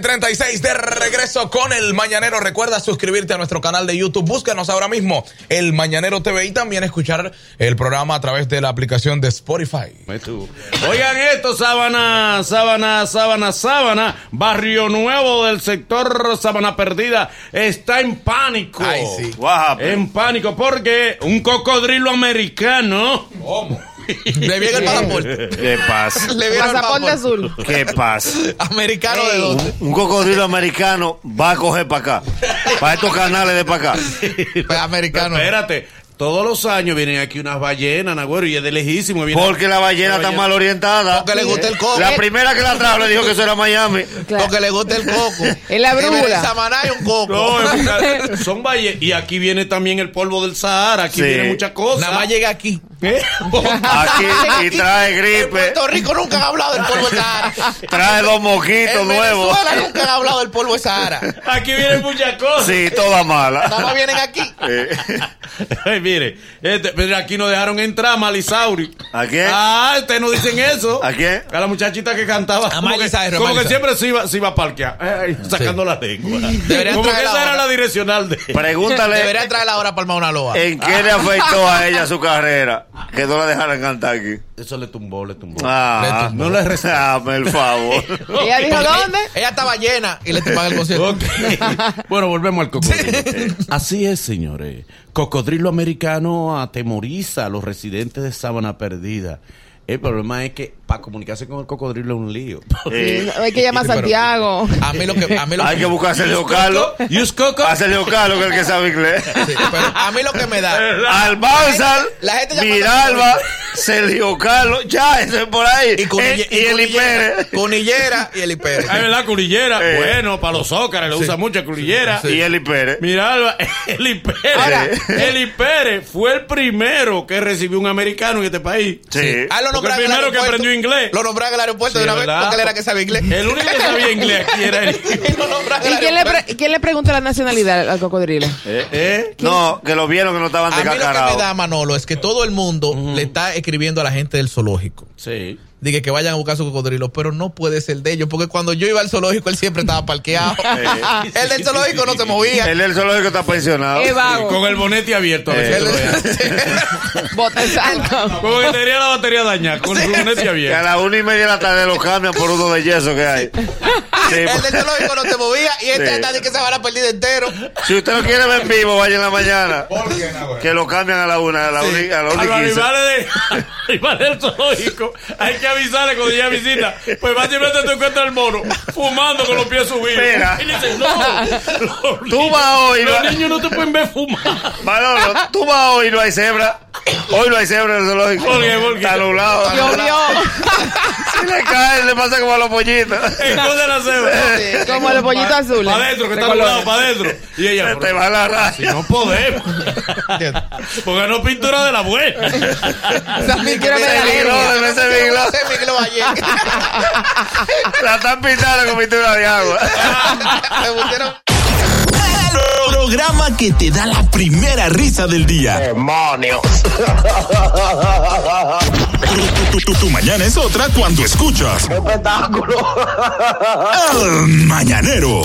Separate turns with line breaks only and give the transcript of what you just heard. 736 de regreso con el Mañanero. Recuerda suscribirte a nuestro canal de YouTube. Búscanos ahora mismo el Mañanero TV y también escuchar el programa a través de la aplicación de Spotify.
Pues Oigan esto, sábana, sábana, sábana, sábana. Barrio Nuevo del sector Sábana Perdida está en pánico.
Ay, sí.
Guau, En pánico porque un cocodrilo americano.
¿Cómo? Le viene el pasaporte.
¿Qué pasa?
Le viene el
Pasaporte
pasaporte.
azul.
¿Qué pasa?
Americano de
Un,
12.
un cocodrilo americano va a coger para acá. Para estos canales de para acá.
Pues, americano.
Espérate, todos los años vienen aquí unas ballenas, Nagüero, y es de lejísimo. viene-
Porque la ballena está mal orientada.
Porque le gusta el coco.
La primera que la trajo le dijo que eso era Miami.
Claro.
Porque le gusta el coco.
Es la brújula.
En Samaná hay un coco.
No, es una- son ballenas. Y aquí viene también el polvo del Sahara. Aquí
Sí.
viene muchas cosas.
Nada más llega aquí.
¿Eh?
Aquí y trae
En
gripe.
Puerto Rico nunca han hablado del polvo de Sahara.
Trae dos mosquitos
En
nuevos.
Venezuela nunca han hablado del polvo de Sahara.
Aquí vienen muchas cosas.
Sí,
Nada
toda
más
mala.
vienen aquí.
Eh,
Ay, mire, este, mire, aquí nos dejaron entrar a Malisauri.
¿A quién?
Ah, ustedes no dicen eso.
¿A quién?
A la muchachita que cantaba.
A
como
Miley
que,
Cyrus,
como
Miley
que siempre se iba, se iba a parquear, eh, eh, sacando la lengua.
Deberían
como que
traerla
esa era
ahora.
la direccional de...
Pregúntale
Debería traer la hora Palma una loa.
en qué le afectó a ella su carrera. Que no la dejaran cantar aquí.
Eso le tumbó, le tumbó.
Ah,
No le resta.
dame el favor.
Ella dijo,
Porque
¿dónde?
Ella, ella estaba llena y le tomaban el concierto.
Ok. Bueno, volvemos al cocodrilo. Eh, Así es, señores. Cocodrilo americano atemoriza a los residentes de Sábana Perdida. El problema es que para comunicarse con el cocodrilo es un lío.
Eh,
Hay que llamar a
Sí, pero-
Santiago.
A mí lo que, a mí lo
Hay que buscar a Sergio Carlos.
¿Y es coco?
A Sergio Carlos, que es el que sabe inglés.
Sí, pero a mí lo que me da.
Al Balsal,
La gente llamando
Miralba, Sergio Carlos, ya, eso es por ahí.
Y, Cunille-
Eh, y, Eli
Cunillera-
Pérez.
Cunillera y Eli Pérez.
Ah, ¿verdad? Culillera.
Eh.
Bueno, para los Ócares le usa mucho culillera.
Y Eli Pérez.
Mira, Eli Pérez.
Ahora.
eh.
Eli Pérez fue el primero que recibió un americano en este país.
Sí.
Ah, lo
Porque
nombraron
el
en
primero que
aeropuerto.
aprendió inglés.
Lo nombraron en el aeropuerto de
Sí,
una vez
¿verdad?
porque él era que sabía inglés.
El único que sabía inglés aquí era él.
Y lo nombraron en
¿Y
el
quién le,
aeropuerto.
pre- quién le pregunta la nacionalidad al cocodrilo?
¿Eh?
No, que lo vieron que no estaban
A
de
mí lo que me da,
cacarao.
Manolo, es que todo el mundo le está escribiendo a la gente del zoológico.
Sí.
Dije que vayan a buscar su cocodrilo, pero no puede ser de ellos, porque cuando yo iba al zoológico, él siempre estaba parqueado. el del zoológico no se movía.
El del zoológico está pensionado.
Es
Con
vago.
el bonete abierto. a veces
El-
lo vea.
Bota el salto.
Como que tenía la batería dañada. Con el bonete
Que a
abierto.
las una y media de la tarde lo cambian por uno de yeso que hay. Sí,
el del zoológico no se movía y este
Sí.
está de que se van a perder entero.
si usted lo quiere ver en vivo, vaya en la mañana. Que lo cambian a la una, a la una, y- a la
A
una y
los
quince.
animales, de, animales del zoológico hay que avisarle cuando llega a visita. Pues básicamente te encuentras el mono fumando con los pies subidos.
Espera.
Y dice, no, los
Tú
niños-
vas hoy.
los
va-
niños no te pueden ver fumar.
Manolo, tú vas hoy no hay cebra. Hoy no hay cebra en el zoológico.
¿Por qué? ¿Por qué?
Está nublado.
Llovió.
Si le cae, le pasa como a los pollitos.
Entonces la cebra.
Como los pollitos azules.
Para adentro, que
De
está
colores.
nublado, para adentro. Y ella,
Se te
pero,
va la
si
raya.
no podemos. Porque no pintura de la buena.
Ni quiero ver
Se
la
migró,
aérea.
se migró.
Se migró ayer.
La están pintando con pintura de agua.
Me pusieron-
programa que te da la primera risa del día. ¡Demonios! Tu, tu- tu- tu mañana es otra cuando escuchas. ¡Espectáculo! El mañanero.